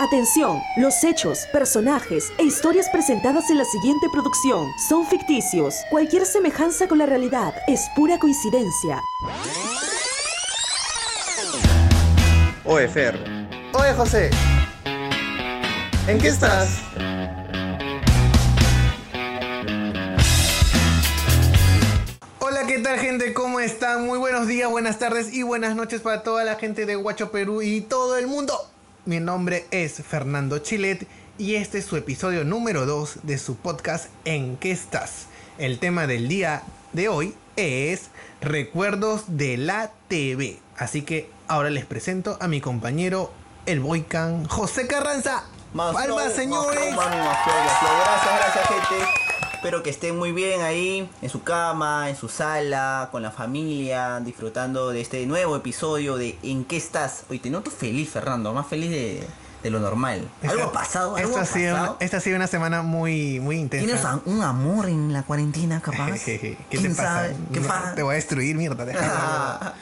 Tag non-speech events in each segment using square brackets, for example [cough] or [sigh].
Atención, los hechos, personajes e historias presentadas en la siguiente producción son ficticios. Cualquier semejanza con la realidad es pura coincidencia. Oe, Fer. Oye, José. ¿En qué estás? Hola, ¿qué tal, gente? ¿Cómo están? Muy buenos días, buenas tardes y buenas noches para toda la gente de Huacho Perú y todo el mundo. Mi nombre es Fernando Chilet y este es su episodio número 2 de su podcast ¿En qué estás? El tema del día de hoy es recuerdos de la TV. Así que ahora les presento a mi compañero, el boycan José Carranza. Más ¡Palmas, flow, más señores! flow, mami, más flow, más flow. Gracias, gracias, gente. Espero que estén muy bien ahí, en su cama, en su sala, con la familia, disfrutando de este nuevo episodio de ¿En qué estás? Hoy te noto feliz, Fernando, más feliz de, de lo normal. Algo ha pasado, Esta algo ha ha sido una, pasado. esta ha sido una semana muy, muy intensa. ¿Tienes a- un amor en la cuarentena, capaz? [laughs] ¿Qué te ¿Quién pasa? sabe? ¿Qué No, pasa? Te voy a destruir, mierda. [laughs] déjame.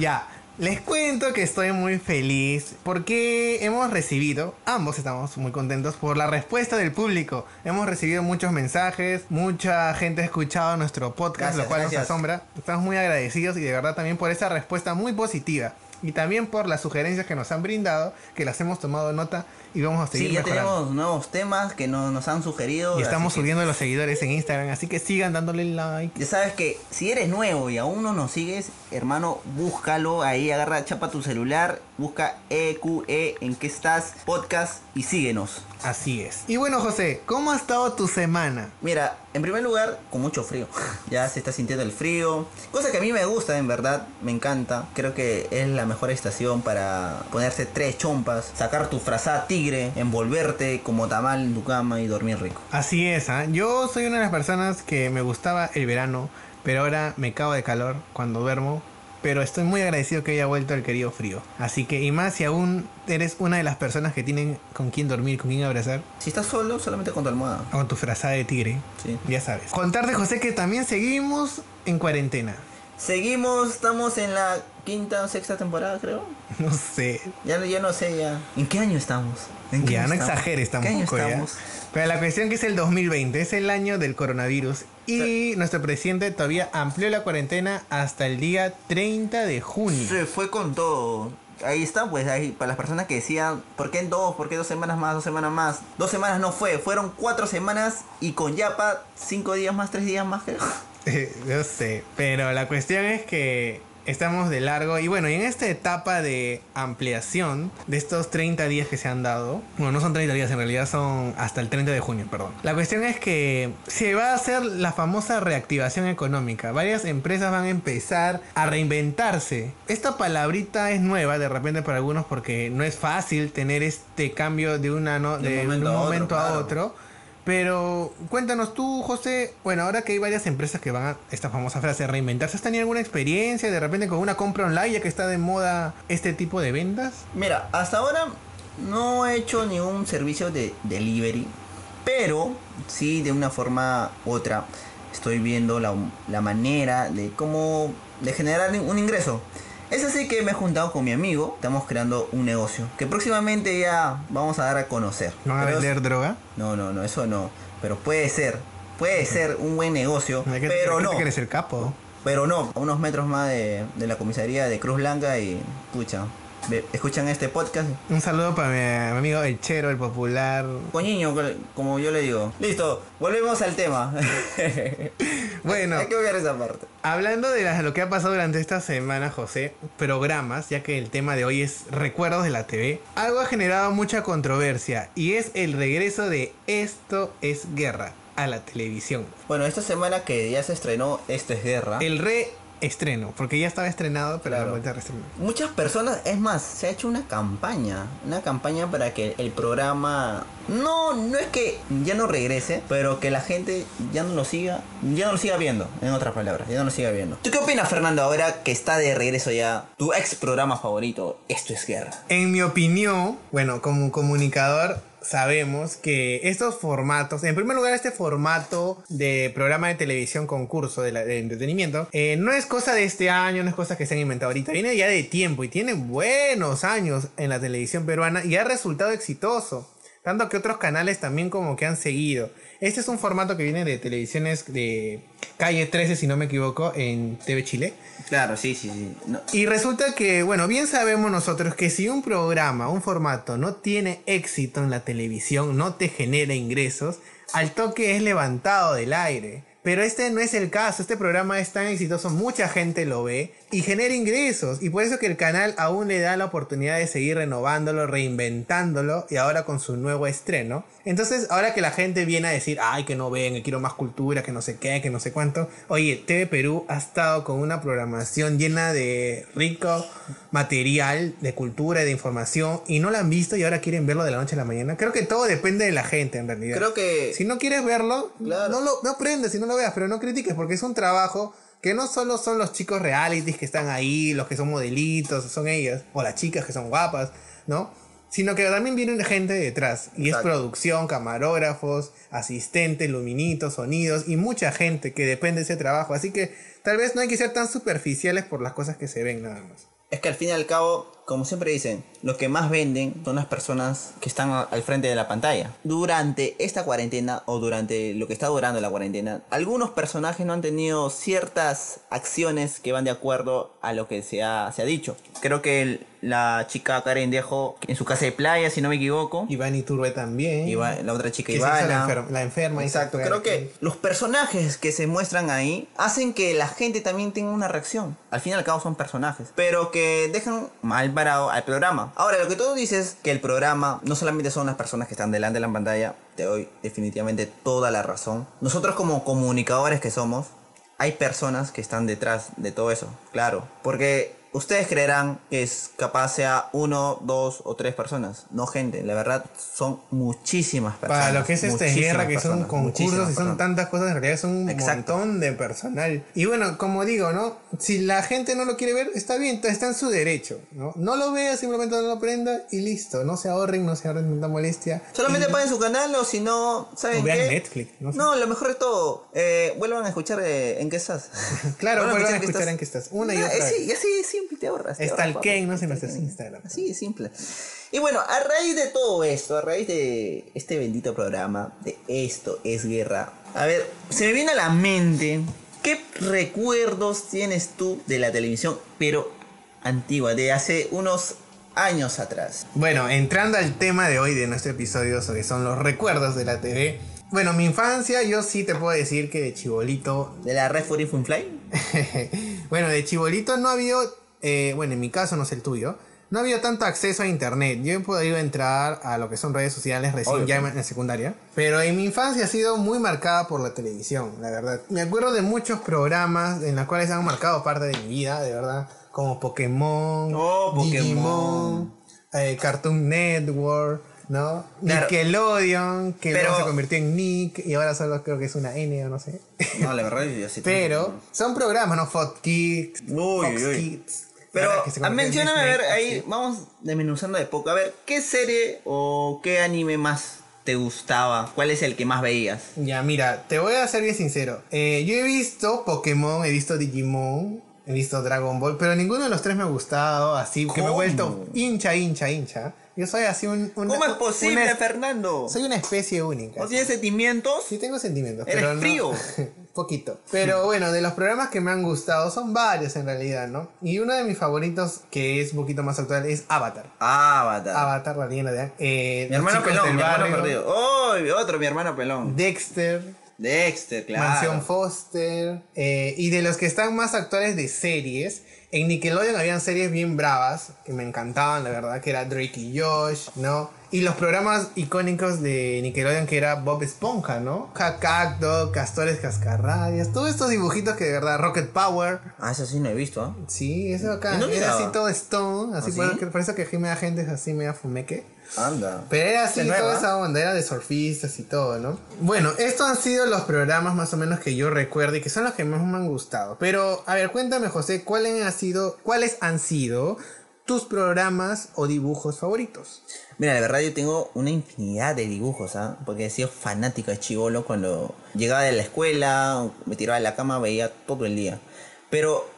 ya, les cuento que estoy muy feliz porque hemos recibido, ambos estamos muy contentos por la respuesta del público. Hemos recibido muchos mensajes, mucha gente ha escuchado nuestro podcast, Gracias, lo cual gracias. nos asombra. Estamos muy agradecidos y de verdad también por esa respuesta muy positiva. Y también por las sugerencias que nos han brindado, que las hemos tomado nota y vamos a seguir Sí, ya mejorando. tenemos nuevos temas que no- nos han sugerido. Y estamos así que- subiendo los seguidores en Instagram, así que sigan dándole like. Ya sabes que si eres nuevo y aún no nos sigues, hermano, búscalo ahí, agarra, chapa tu celular, busca EQE en qué estás, podcast y síguenos. Así es. Y bueno, José, ¿cómo ha estado tu semana? Mira, en primer lugar, con mucho frío. [laughs] Ya se está sintiendo el frío. Cosa que a mí me gusta, en verdad, me encanta. Creo que es la mejor estación para ponerse tres chompas, sacar tu frazada tigre, envolverte como tamal en tu cama y dormir rico. Así es, ¿ah? yo soy una de las personas que me gustaba el verano, pero ahora me cago de calor cuando duermo. Pero estoy muy agradecido que haya vuelto el querido frío. Así que, y más si aún eres una de las personas que tienen con quién dormir, con quién abrazar, Si estás solo, solamente con tu almohada. o con tu frazada de tigre, Sí. ya sabes. Contarte, José, que también seguimos en cuarentena. Seguimos, estamos en la quinta o sexta temporada, creo. [laughs] No sé, Ya, no- ya no sé, ya. ¿En qué año estamos? ¿En qué Ya, año no estamos? exageres ¿En qué año tampoco, ya. estamos? Pero la cuestión que es el 2020, es el año del coronavirus. Y nuestro presidente todavía amplió la cuarentena hasta el día 30 de junio. Se fue con todo. Ahí está, pues, ahí, para las personas que decían, ¿por qué en dos? ¿Por qué dos semanas más? ¿Dos semanas más? Dos semanas no fue, fueron cuatro semanas y con Yapa, cinco días más, tres días más, creo. [laughs] Yo sé, pero la cuestión es que estamos de largo y bueno, y en esta etapa de ampliación de estos 30 días que se han dado, bueno, no son 30 días, en realidad son hasta el 30 de junio, perdón. La cuestión es que se va a hacer la famosa reactivación económica. Varias empresas van a empezar a reinventarse. Esta palabrita es nueva de repente para algunos porque no es fácil tener este cambio de una no- De un de un momento a otro, momento a claro. otro. Pero cuéntanos tú, José, bueno, ahora que hay varias empresas que van a esta famosa frase reinventarse, ¿has tenido alguna experiencia de repente con una compra online ya que está de moda este tipo de ventas? Mira, hasta ahora no he hecho ningún servicio de delivery, pero sí de una forma u otra estoy viendo la, la manera de cómo de generar un ingreso. Es así que me he juntado con mi amigo, estamos creando un negocio que próximamente ya vamos a dar a conocer. ¿Van a Pero es- vender droga? No, no, no, eso no, pero puede ser, puede ser un buen negocio, ¿De qué- de pero qué no. te quieres el capo? Pero no, a unos metros más de, de la comisaría de Cruz Blanca y pucha, ve- escuchan este podcast. Un saludo para mi, mi amigo El Chero, el popular. Coñiño, col- como yo le digo. Listo, volvemos al tema. [laughs] Bueno, Hay que obviar esa parte. hablando de las- lo que ha pasado durante esta semana, José, programas, ya que el tema de hoy es recuerdos de la TV, algo ha generado mucha controversia y es el regreso de Esto es Guerra a la televisión. Bueno, esta semana que ya se estrenó Esto es Guerra. El reestreno, porque ya estaba estrenado, pero Claro. la vuelta a reestrenar. Muchas personas, es más, se ha hecho una campaña, una campaña para que el programa no no es que ya no regrese, pero que la gente ya no lo siga, ya no lo siga viendo, en otras palabras, ya no lo siga viendo. ¿Tú qué opinas, Fernando, ahora que está de regreso ya tu ex programa favorito, Esto es Guerra? En mi opinión, bueno, como comunicador, sabemos que estos formatos, en primer lugar, este formato de programa de televisión concurso de, la- de entretenimiento, eh, no es cosa de este año, no es cosa que se han inventado ahorita, viene ya de tiempo y tiene buenos años en la televisión peruana y ha resultado exitoso. Tanto que otros canales también como que han seguido. Este es un formato que viene de televisiones de calle 13, si no me equivoco, en TV Chile. Claro, sí, sí, sí. No, Y resulta que, bueno, bien sabemos nosotros que si un programa, un formato no tiene éxito en la televisión, no te genera ingresos, al toque es levantado del aire. Pero este no es el caso, este programa es tan exitoso, mucha gente lo ve y genera ingresos. Y por eso que el canal aún le da la oportunidad de seguir renovándolo, reinventándolo y ahora con su nuevo estreno. Entonces, ahora que la gente viene a decir, ay, que no ven, que quiero más cultura, que no sé qué, que no sé cuánto. Oye, TV Perú ha estado con una programación llena de rico material, de cultura, y de información, y no la han visto y ahora quieren verlo de la noche a la mañana. Creo que todo depende de la gente, en realidad. creo que... Si no quieres verlo, Eh, Claro. no, lo, no prendes si no lo veas, pero no critiques porque es un trabajo que no solo son los chicos realities que están ahí, los que son modelitos, son ellas, o las chicas que son guapas, ¿no? Sino que también viene gente detrás, y Exacto. es producción, camarógrafos, asistentes, luminitos, sonidos, y mucha gente que depende de ese trabajo. Así que tal vez no hay que ser tan superficiales por las cosas que se ven nada más. Es que al fin y al cabo, como siempre dicen, los que más venden son las personas que están a- al frente de la pantalla. Durante esta cuarentena o durante lo que está durando la cuarentena, algunos personajes no han tenido ciertas acciones que van de acuerdo a lo que se ha, se ha dicho. Creo que el- la chica Karen dejó en su casa de playa, si no me equivoco. Iván Iturbe también. Iba- la otra chica que se hizo la, Ivana. enfer- la enferma. hizo Exacto, actuar creo aquí. que los personajes que se muestran ahí hacen que la gente también tenga una reacción. Al fin y al cabo son personajes, pero que dejan mal parado al programa. Ahora, lo que tú dices que el programa no solamente son las personas que están delante de la pantalla, te doy definitivamente toda la razón. Nosotros como comunicadores que somos, hay personas que están detrás de todo eso, claro, porque ustedes creerán que es capaz sea uno, dos o tres personas, no gente, la verdad son muchísimas personas. Para lo que es esta muchísimas guerra, que son personas, muchísimas concursos y son personas. tantas cosas, en realidad son un Exacto. montón de personal. Y bueno, como digo, ¿no? Si la gente no lo quiere ver, está bien, está en su derecho, ¿no? No lo vea, simplemente no lo prenda y listo. No se ahorren, no se ahorren tanta molestia. Solamente paguen su canal o si no, ¿saben O vean qué? Netflix, No, no sé. lo mejor de todo, eh, vuelvan a escuchar eh, en qué estás. [laughs] Claro, vuelvan a escuchar en qué estás. Una y Ah, otra eh, sí, vez. y así es simple, te ahorras. te ahorras, Stalkeen, papi, no se nos hace stalkeen. Instagram. Así es simple. Y bueno, a raíz de todo esto, a raíz de este bendito programa, de esto es guerra. A ver, se me viene a la mente, ¿qué recuerdos tienes tú de la televisión, pero antigua, de hace unos años atrás? Bueno, entrando al tema de hoy de nuestro episodio sobre son los recuerdos de la TV. Bueno, mi infancia, yo sí te puedo decir que de chibolito ¿De la Red Fury Funfly? [laughs] bueno, de chibolito no ha habido, eh, bueno, en mi caso no es el tuyo, no ha habido tanto acceso a internet. Yo he podido entrar a lo que son redes sociales recién Obvio. ya en la secundaria, pero en mi infancia ha sido muy marcada por la televisión, la verdad. Me acuerdo de muchos programas en los cuales han marcado parte de mi vida, de verdad, como Pokémon, Oh, Pokémon. Digimon, eh, Cartoon Network. ¿No? Claro. Nickelodeon, que Pero- luego se convirtió en Nick, y ahora solo creo que es una N o no sé. No, la verdad, yo sí. Pero son programas, ¿no? Fox Kids, Uy, Fox uy. Kids. Pero Ahora que se ah, convirtió en mencióname, a ver, Disney, ahí vamos desmenuzando de poco. A ver, ¿qué serie o qué anime más te gustaba? ¿Cuál es el que más veías? Ya, mira, te voy a ser bien sincero. Eh, yo he visto Pokémon, he visto Digimon, he visto Dragon Ball, pero ninguno de los tres me ha gustado, así que me he ¿Cómo? vuelto hincha, hincha, hincha. Yo soy así un... una- ¿Cómo es posible, una- Fernando? soy una especie única. ¿No tienes sentimientos? Sí tengo sentimientos, Eres pero no- frío. [laughs] poquito. Pero bueno, de los programas que me han gustado son varios en realidad, ¿no? Y uno de mis favoritos, que es un poquito más actual, es Avatar. Avatar. Avatar, la leyenda de Aang. Eh, Mi Los hermano Chicos pelón, del mi hermano Barrio, perdido. ¡Oh! Otro, mi hermano pelón. Dexter, Dexter, claro. Mansión Foster. eh, y de los que están más actuales de series, en Nickelodeon habían series bien bravas que me encantaban, la verdad, que era Drake y Josh, ¿no? Y los programas icónicos de Nickelodeon que era Bob Esponja, ¿no? Cacacto, Castores Cascarrabias, todos estos dibujitos que de verdad, Rocket Power. Ah, eso sí no he visto, ¿ah? Sí, eso acá. ¿En dónde Era daba? así todo Stone, así ¿Ah, por, sí? que- por eso que Jimena Gente es así media fumeque. Anda. Pero era así De nuevo, toda ¿ah? esa bandera de surfistas y todo, ¿no? Bueno, estos han sido los programas más o menos que yo recuerdo y que son los que más me han gustado. Pero, a ver, cuéntame, José, ¿cuáles han sido, cuáles han sido tus programas o dibujos favoritos. Mira, la verdad yo tengo una infinidad de dibujos, ¿ah? Porque he sido fanático de Chivolo cuando llegaba de la escuela, me tiraba de la cama, veía todo el día. Pero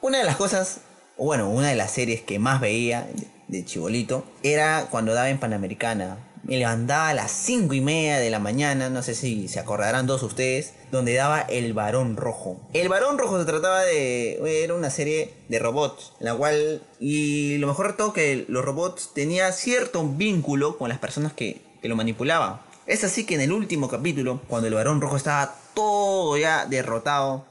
una de las cosas, o bueno, una de las series que más veía de Chibolito era cuando daba en Panamericana. Me levantaba a las 5 y media de la mañana, no sé si se acordarán todos ustedes, donde daba El Varón Rojo. El Varón Rojo se trataba de. Era una serie de robots, en la cual. Y lo mejor de todo que los robots tenían cierto vínculo con las personas que, que lo manipulaban. Es así que en el último capítulo, cuando el Varón Rojo estaba todo ya derrotado,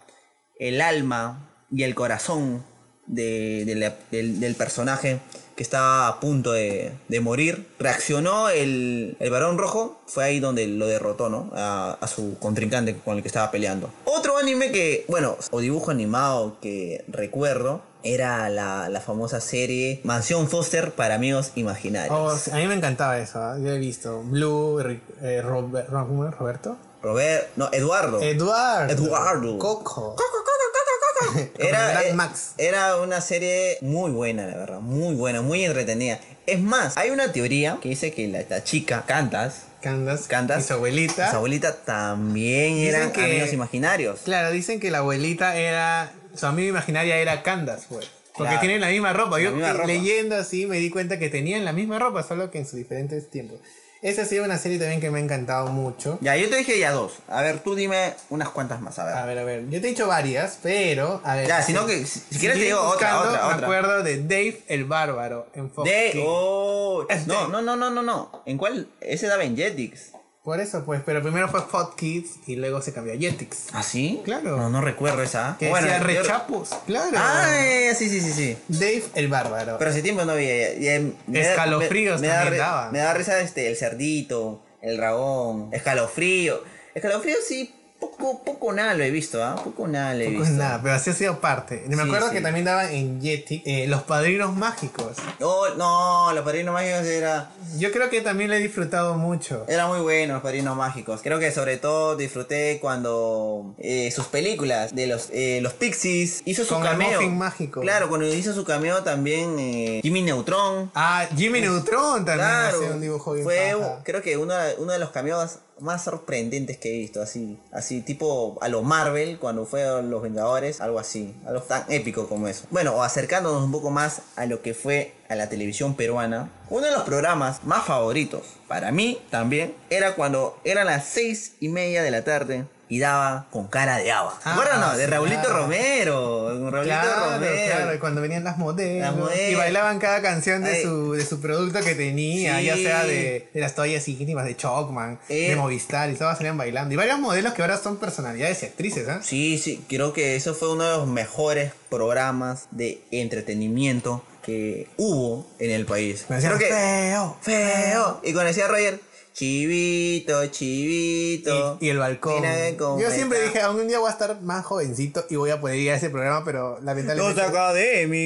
el alma y el corazón de- de la- del, del personaje que estaba a punto de, de morir. Reaccionó el, el varón rojo, fue ahí donde lo derrotó, ¿no? A, a su contrincante con el que estaba peleando. Otro anime que, bueno, o dibujo animado que recuerdo era la, la famosa serie Mansión Foster para amigos imaginarios. Oh, sí, a mí me encantaba eso, ¿ah? yo he visto Blue, Ri- eh, Robert- Ro- ¿cómo es? Roberto, Robert, no, Eduardo. Eduardo, Eduardo. Coco, [laughs] Era, Gran eh, Max. era una serie muy buena, la verdad. Muy buena, muy entretenida. Es más, hay una teoría que dice que la, la chica, Cantas, Candas, Cantas, y su abuelita. su abuelita también Dicen eran que- amigos imaginarios. Claro, dicen que la abuelita era. Su amiga imaginaria era Candace, güey. Porque Claro. tienen la misma ropa. La Yo misma ropa. leyendo así me di cuenta que tenían la misma ropa, solo que en sus diferentes tiempos. Esa ha sido una serie también que me ha encantado mucho. Ya, yo te dije ya dos. A ver, tú dime unas cuantas más, a ver. A ver, a ver. Yo te he dicho varias, pero. A ver, Ya, si no que- si- si quieres te digo otra, buscando, otra, Me otra. acuerdo de Dave el Bárbaro en Fox. Este. De- Kids. oh, Es no, de- no, no, no, no, no. ¿En cuál? Ese daba en Jetix. Por eso, pues. Pero primero fue Fox Kids y luego se cambió a Jetix. ¿Ah, sí? Claro. No, no recuerdo esa. Que Bueno, decía yo- Rechapos. Claro. Ah, eh, sí, sí, sí, sí. Dave el Bárbaro. Pero hace tiempo no veía. ya- ya- me da- Escalofríos me, me da también ri- daban. Me da risa este, el cerdito, el dragón, escalofrío. Escalofrío sí, poco, poco nada lo he visto, ¿ah? Poco nada lo he Poco es visto. Pues nada, pero así ha sido parte. Me Sí, acuerdo sí. que también daban en Yeti eh, Los Padrinos Mágicos. No, no, los padrinos mágicos era, Yo creo que también le he disfrutado mucho. era muy bueno, los padrinos mágicos. Creo que sobre todo disfruté cuando eh, sus películas de los, eh, los Pixies hizo su Con el cameo. Muffin mágico. Claro, cuando hizo su cameo también eh, Jimmy Neutron. Ah, Jimmy Neutron también Claro, hacía un dibujo bien fue paja. creo que uno, uno de los cameos más sorprendentes que he visto, así, así tipo a lo Marvel cuando fue a los Vengadores, algo así, algo tan épico como eso. Bueno, o acercándonos un poco más a lo que fue a la televisión peruana, uno de los programas más favoritos para mí también era cuando eran las seis y media de la tarde. Y daba con cara de agua. ¿Te Ah, acuerdas, no? De sí, Raulito claro. Romero. con Raulito Claro, Romero. claro, y cuando venían las modelos, Las modelos. y bailaban cada canción de Ay. su, de su producto que tenía, Sí. ya sea de, de las toallas íntimas de Chocman, Eh. de Movistar, y todas salían bailando. Y varios modelos que ahora son personalidades y actrices, ¿ah? Sí, sí, creo que eso fue uno de los mejores programas de entretenimiento que hubo en el país. Me decían, Creo que feo, feo. Y con decía Roger, chivito, chivito. Y, y el balcón. Mira que con Yo siempre meta. dije, algún día voy a estar más jovencito y voy a poder ir a ese programa, pero Los lamentablemente...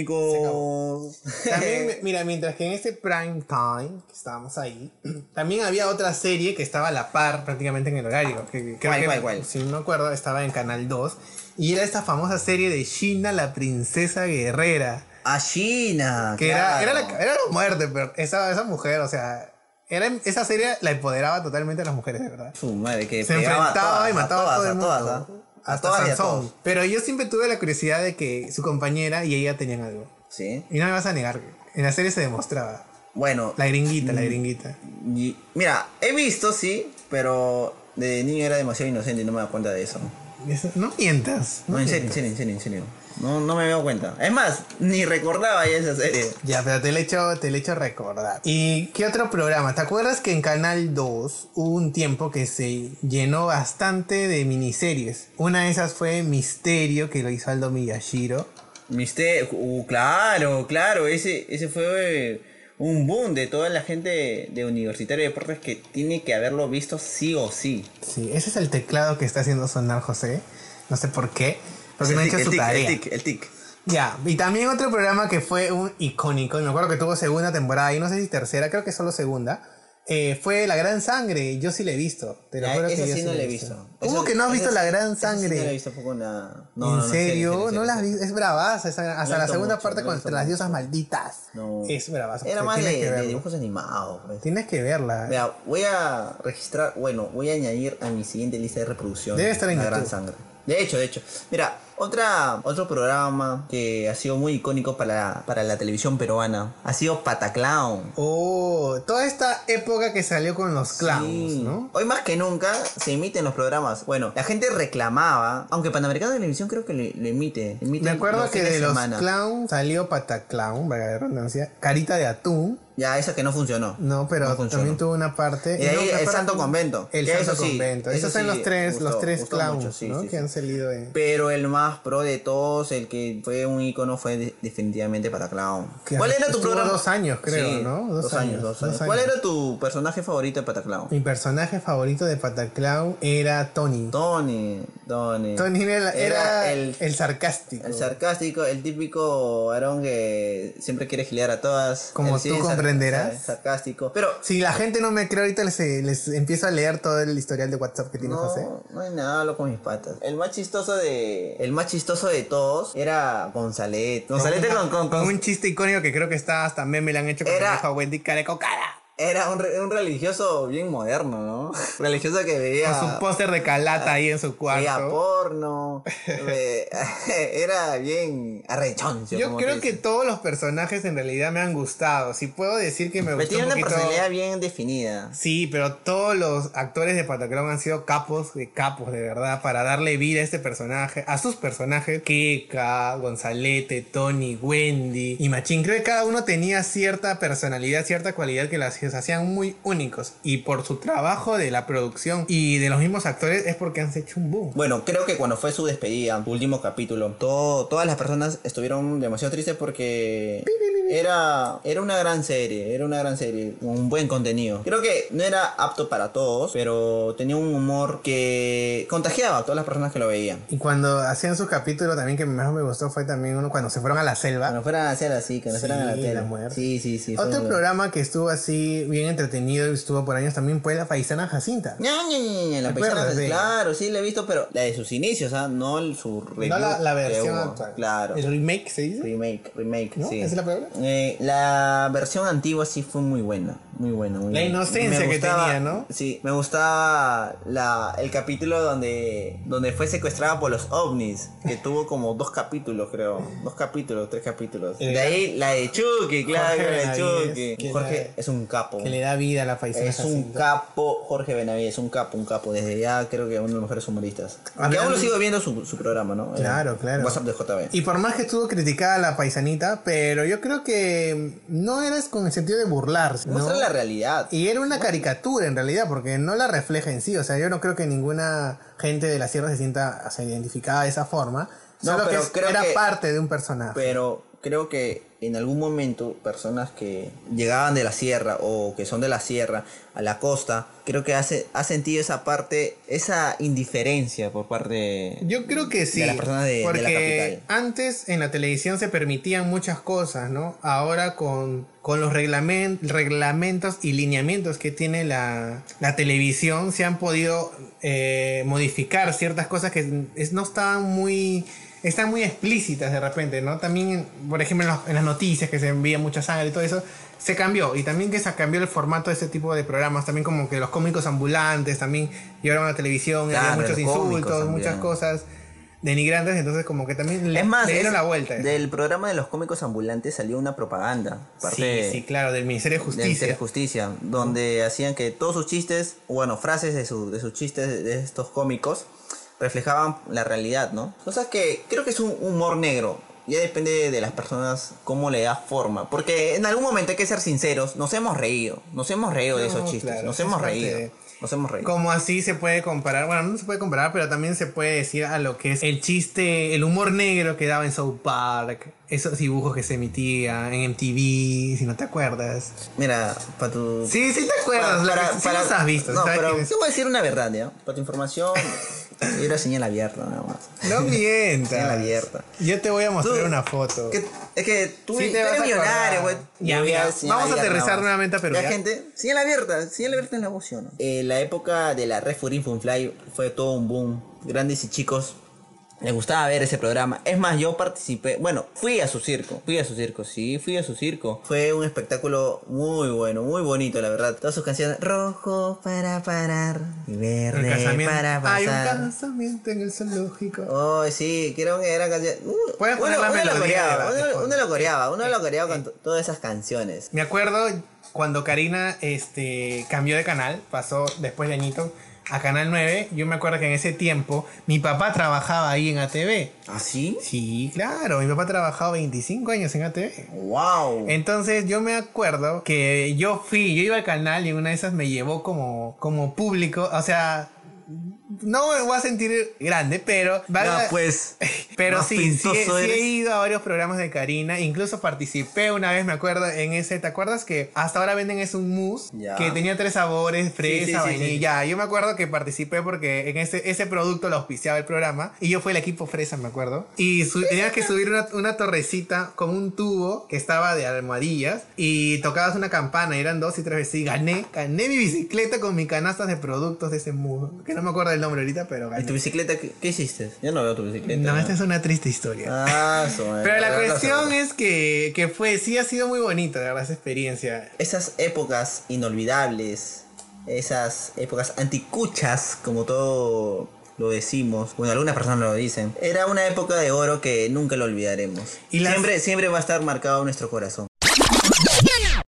académicos. [laughs] También, mira, mientras que en este prime time que estábamos ahí, [clears throat] también había otra serie que estaba a la par prácticamente en el horario. Que, que creo ¿Cuál, que, cuál, cuál? Si no me acuerdo, estaba en Canal 2. Y era esta famosa serie de China, la princesa guerrera. A China. Que claro. era, era, la, era la muerte, pero esa, esa mujer, o sea, era, esa serie la empoderaba totalmente a las mujeres, de verdad. Su madre, que Se pegaba a enfrentaba todas, y mataba a, todo el mundo. todas, a todas, ¿ah? A hasta todas y a Sansón. todos. Pero yo siempre tuve la curiosidad de que su compañera y ella tenían algo. Sí. Y no me vas a negar, en la serie se demostraba. Bueno, La gringuita, la gringuita. y- mira, he visto, sí, pero de niño era demasiado inocente y no me daba cuenta de eso. Eso- no mientas. No, en serio, mientas. en serio, en serio, en serio. No, no me veo cuenta. Es más, ni recordaba ya esa serie. Ya, pero te lo he hecho, te lo he hecho recordar. ¿Y qué otro programa? ¿Te acuerdas que en Canal 2 hubo un tiempo que se llenó bastante de miniseries? Una de esas fue Misterio, que lo hizo Aldo Miyashiro. Mister, uh, claro, claro, ese, ese fue eh, un boom de toda la gente de Universitario de Deportes que tiene que haberlo visto sí o sí. Sí, ese es el teclado que está haciendo sonar José. No sé por qué. Porque no ha El hecho tic, su el tic, tarea. El tic, el tic. Ya, y también otro programa que fue un icónico, y me acuerdo que tuvo segunda temporada y no sé si tercera, creo que solo segunda, eh, fue La Gran Sangre. Yo sí la he visto. Te lo Ya, juro que Ah, esa yo sí no la la he visto. ¿Cómo Esa- que no has esa visto sí- La Gran esa sí Sangre? no la he visto poco nada. No, ¿En no, no, serio? serio, ¿No serio, la has serio. visto? Es bravaza. esa- hasta la gustó segunda mucho, parte me con gustó entre las mucho. diosas malditas. No. Es bravaza. Era te más de, tienes que de verla. dibujos animados. pues. Tienes que verla. Mira, voy a registrar, bueno, voy a añadir a mi siguiente lista de reproducción. Debe estar en La YouTube. Gran Sangre. De hecho, de hecho. Mira, otra, otro programa que ha sido muy icónico para, para la televisión peruana ha sido Pataclown. Oh, toda esta época que salió con los clowns, Sí. ¿no? Hoy más que nunca se emiten los programas. Bueno, la gente reclamaba, aunque Panamericana de Televisión creo que lo lo emite. emite Me acuerdo los que fines de los semana. clowns salió Pataclown, valga la redundancia, Carita de Atún, Ya, esa que no funcionó. no, pero No funcionó. también tuvo una parte. Y de no, ahí me el acuerdo- Santo Convento. El Eso Santo sí, Convento. eso Esos son sí, los tres, gustó, los tres gustó clowns, mucho, sí, ¿no? sí, que sí. han salido de. Pero el más pro de todos, el que fue un icono, fue de- definitivamente para Clown. Que ¿Cuál era tu estuvo programa? dos años, creo, Sí, ¿no? Dos Dos, años, años, dos dos años. ¿Cuál años. era tu personaje favorito de Pataclown? Mi personaje favorito de Pataclown era Tony. Tony, Tony. Tony era, era Era el, el- sarcástico. El sarcástico, el típico varón que siempre quiere gilear a todas. Como El sí tú es sar- comprenderás. sar- sarcástico. Pero si la gente no me cree ahorita, les, les empiezo a leer todo el historial de WhatsApp que tiene José. no, no hay nada, hablo con mis patas. El más chistoso de. El más chistoso de todos era Gonzalete. Gonzalete con, con, con- un chiste icónico que creo que está hasta meme le han hecho con Era- la Wendy Careco Cara. Era un, re- un religioso bien moderno, ¿no? [laughs] Religioso que Con veía. su póster de calata ahí en su veía cuarto. [laughs] porno. ve- [laughs] era bien arrechón. ¿sí? Yo Como creo te que dicen. todos los personajes en realidad me han gustado. Si puedo decir que me Pero gustó tiene un una poquito. personalidad bien definida. Sí, pero todos los actores de Pataclown han sido capos de capos, de verdad, para darle vida a este personaje, a sus personajes, Keka, Gonzalete, Tony, Wendy y Machín. Creo que cada uno tenía cierta personalidad, cierta cualidad que las los hacían muy únicos. Y por su trabajo de la producción y de los mismos actores es porque han hecho un boom. Bueno, creo que cuando fue su despedida, último capítulo, todo- todas las personas estuvieron demasiado tristes porque era, era una gran serie, era una gran serie, un buen contenido. Creo que no era apto para todos, pero tenía un humor que contagiaba a todas las personas que lo veían. Y cuando hacían sus capítulos también que más me gustó fue también uno cuando se fueron a la selva. Que nos fueran a hacer así, que nos ¿Ah? Sí, fueran a la tele. la muerte. Sí, sí, sí. fue Otro muy- programa que estuvo así bien entretenido y estuvo por años también fue La Paisana Jacinta. Ña, ña, ña, ña, la ¿Te acuerdas? paisana, Sí. claro, sí la he visto, pero la de sus inicios, ah, no el- su review No la, la que versión hubo. actual. Claro. El remake se dice. Remake, remake, ¿No? sí. ¿Esa es la palabra? Eh, la versión antigua sí fue muy buena, muy buena, muy La buena. inocencia Me que tenía, ¿no? Sí, me gustaba la, el capítulo donde, donde fue secuestrada por los ovnis, [laughs] que tuvo como dos capítulos, creo. Dos capítulos, tres capítulos. El de ahí la de Chucky, claro, Jorge la de Benavides, que Chucky. Jorge la- es un capo. Que le da vida a la paisana Es un Jacinta. capo, Jorge Benavides, un capo, un capo. Desde ya creo que uno de los mejores humoristas. Que Hablando- aún lo sigo viendo su, su programa, ¿no? Ah, Claro, Eh, claro. WhatsApp de JB. Y por más que estuvo criticada la paisanita, pero yo creo que no era con el sentido de burlarse. ¿no? Muestra la realidad. Y era una caricatura en realidad, porque no la refleja en sí. O sea, yo no creo que ninguna gente de la sierra se sienta o sea, identificada de esa forma. No, Solo pero que es- creo era que- parte de un personaje. Pero creo que en algún momento personas que llegaban de la sierra o que son de la sierra a la costa, creo que hace, ha sentido esa parte, esa indiferencia por parte... Yo creo que sí. las personas de- de la porque capital. antes en la televisión se permitían muchas cosas, ¿no? Ahora con, con los reglamen- reglamentos y lineamientos que tiene la, la televisión se han podido eh, modificar ciertas cosas que es- no estaban muy... Están muy explícitas de repente, ¿no? También, por ejemplo, en, los- en las noticias que se envía mucha sangre y todo eso, se cambió. Y también que se cambió el formato de ese tipo de programas, también como que los cómicos ambulantes también llevaron a la televisión, Claro, había muchos los cómicos insultos, también. muchas cosas denigrantes, entonces como que también le, es más, le dieron es- la vuelta. eh. del programa de los cómicos ambulantes salió una propaganda. Parte sí, sí, claro, del Ministerio de del Ministerio Justicia. de Justicia, donde hacían que todos sus chistes, bueno, frases de, su- de sus chistes de estos cómicos, reflejaban la realidad, ¿no? Cosas que creo que es un humor negro. Ya depende de las personas cómo le das forma. Porque en algún momento hay que ser sinceros, nos hemos reído. Nos hemos reído de No, esos chistes. claro, nos es hemos parte reído. de- Nos hemos reído. Como así se puede comparar, bueno, no se puede comparar, pero también se puede decir a lo que es el chiste, el humor negro que daba en South Park, esos dibujos que se emitían en MTV, si no te acuerdas. Mira, para tu. Sí, sí te acuerdas, la que- sí los has visto, No, ¿sabes pero quién es? te voy a decir una verdad, ¿ya? Para tu información, [laughs] era señal abierta, nada más. [laughs] No mientas. Señal abierta. Yo te voy a mostrar Tú- una foto. Que- es que tú, Sí te tú vas eres a millonario, güey. acordar. Ya, Yo mira, voy señal vamos a abierta, aterrizar nada más. nuevamente a Perú, Ya, ya. gente, señal abierta. Señal abierta es la emoción. Eh, la época de la Red Furin Fun Fly fue todo un boom. Grandes y chicos. Les gustaba ver ese programa. Es más, yo participé. Bueno, fui a su circo. Fui a su circo, sí, fui a su circo. Fue un espectáculo muy bueno, muy bonito, la verdad. Todas sus canciones. Rojo para parar. Y El verde casamiento. para Hay un pasar. casamiento en el zoológico. Oh, sí, creo que era canción. Uh, Puedes uno, poner la uno lo melodía de coreaba, la- de uno, fondo. uno lo coreaba, uno lo coreaba con to- todas esas canciones. Me acuerdo cuando Karina este, cambió de canal, pasó después de Añito a Canal 9. Yo me acuerdo que en ese tiempo mi papá trabajaba ahí en ATV. ¿Ah, sí? Sí, claro, mi papá ha trabajado 25 años en ATV. ¡Wow! Entonces yo me acuerdo que yo fui, yo iba al canal y en una de esas me llevó como, como público, o sea, no me voy a sentir grande, pero... valga- pues. pero más sí, sí, he- pintoso sí he eres. ido a varios programas de Karina, incluso participé una vez, me acuerdo, en ese, ¿te acuerdas que hasta ahora venden es un mousse Ya. que tenía tres sabores, fresa, sí, sí, vainilla? Yo me acuerdo que participé porque en ese, ese producto lo auspiciaba el programa y yo fui el equipo fresa, me acuerdo. Y su- tenía que subir una, una torrecita con un tubo que estaba de almohadillas y tocabas una campana, y eran dos y tres veces y gané, gané mi bicicleta con mi canasta de productos de ese mousse, que no me acuerdo el nombre ahorita, pero ¿Y tu gané. bicicleta qué, qué hiciste? Yo no veo tu bicicleta. No, esta es una triste historia. Ah, su madre. Pero la verdad, cuestión verdad. es que, que fue, sí ha sido muy bonita, la verdad, esa experiencia. Esas épocas inolvidables, esas épocas anticuchas, como todo lo decimos, bueno, algunas personas lo dicen, era una época de oro que nunca lo olvidaremos. Y las- siempre, siempre va a estar marcado en nuestro corazón.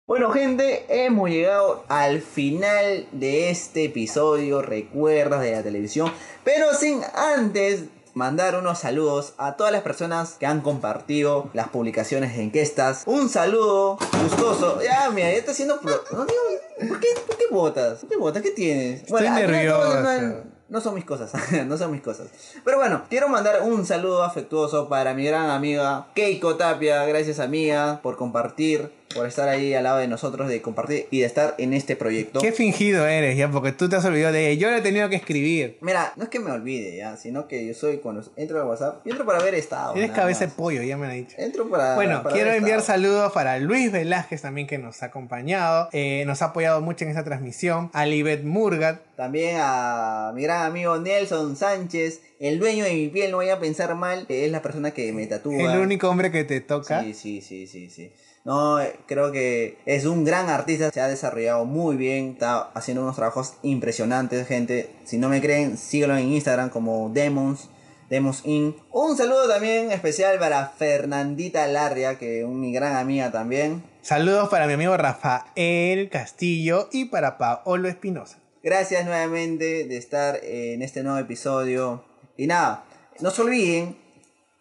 Bueno gente, hemos llegado al final de este episodio, recuerdas de la televisión, pero sin antes mandar unos saludos a todas las personas que han compartido las publicaciones de encuestas. Un saludo gustoso. Ya, mira, ya está haciendo... pro- No digo- ¿por, qué, ¿Por qué botas? ¿Por qué botas? ¿Qué tienes? al final de todo, no- nervioso. no son mis cosas, [laughs] no son mis cosas. Pero bueno, quiero mandar un saludo afectuoso para mi gran amiga Keiko Tapia. Gracias amiga por compartir, por estar ahí al lado de nosotros, de compartir y de estar en este proyecto. Qué fingido eres, ya, porque tú te has olvidado de ella. Yo la he tenido que escribir. Mira, no es que me olvide ya, sino que yo soy cuando entro al WhatsApp, yo entro para ver estado. Eres nada cabeza de más. pollo, ya me la he dicho. Entro para. Bueno, para quiero ver enviar estado. saludos para Luis Velázquez también que nos ha acompañado, eh, nos ha apoyado mucho en esta transmisión, a Libet Murgat, También a mi gran amigo Nelson Sánchez, el dueño de mi piel, no voy a pensar mal, que es la persona que me tatúa. el único hombre que te toca. Sí, sí, sí, sí, sí. No, eh, creo que es un gran artista, se ha desarrollado muy bien, está haciendo unos trabajos impresionantes, gente. Si no me creen, síguelo en Instagram como Demons, Demons Inc. Un saludo también especial para Fernandita Larria, que es mi gran amiga también. Saludos para mi amigo Rafael Castillo y para Paolo Espinosa. Gracias nuevamente de estar en este nuevo episodio. Y nada, no se olviden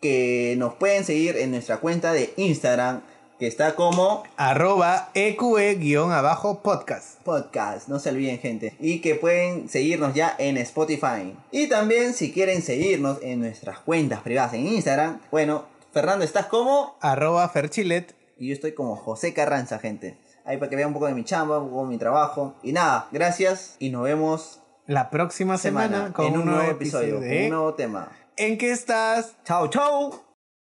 que nos pueden seguir en nuestra cuenta de Instagram, que está como Arroba E EQE-abajo podcast. podcast, no se olviden gente, y que pueden seguirnos ya en Spotify. Y también si quieren seguirnos en nuestras cuentas privadas en Instagram, bueno, Fernando, estás como Arroba Ferchilet y yo estoy como José Carranza, gente. Ahí para que vean un poco de mi chamba, un poco de mi trabajo. Y nada, gracias y nos vemos la próxima semana, con en un nuevo episodio. con de un nuevo tema. ¿En qué estás? Chao, chao.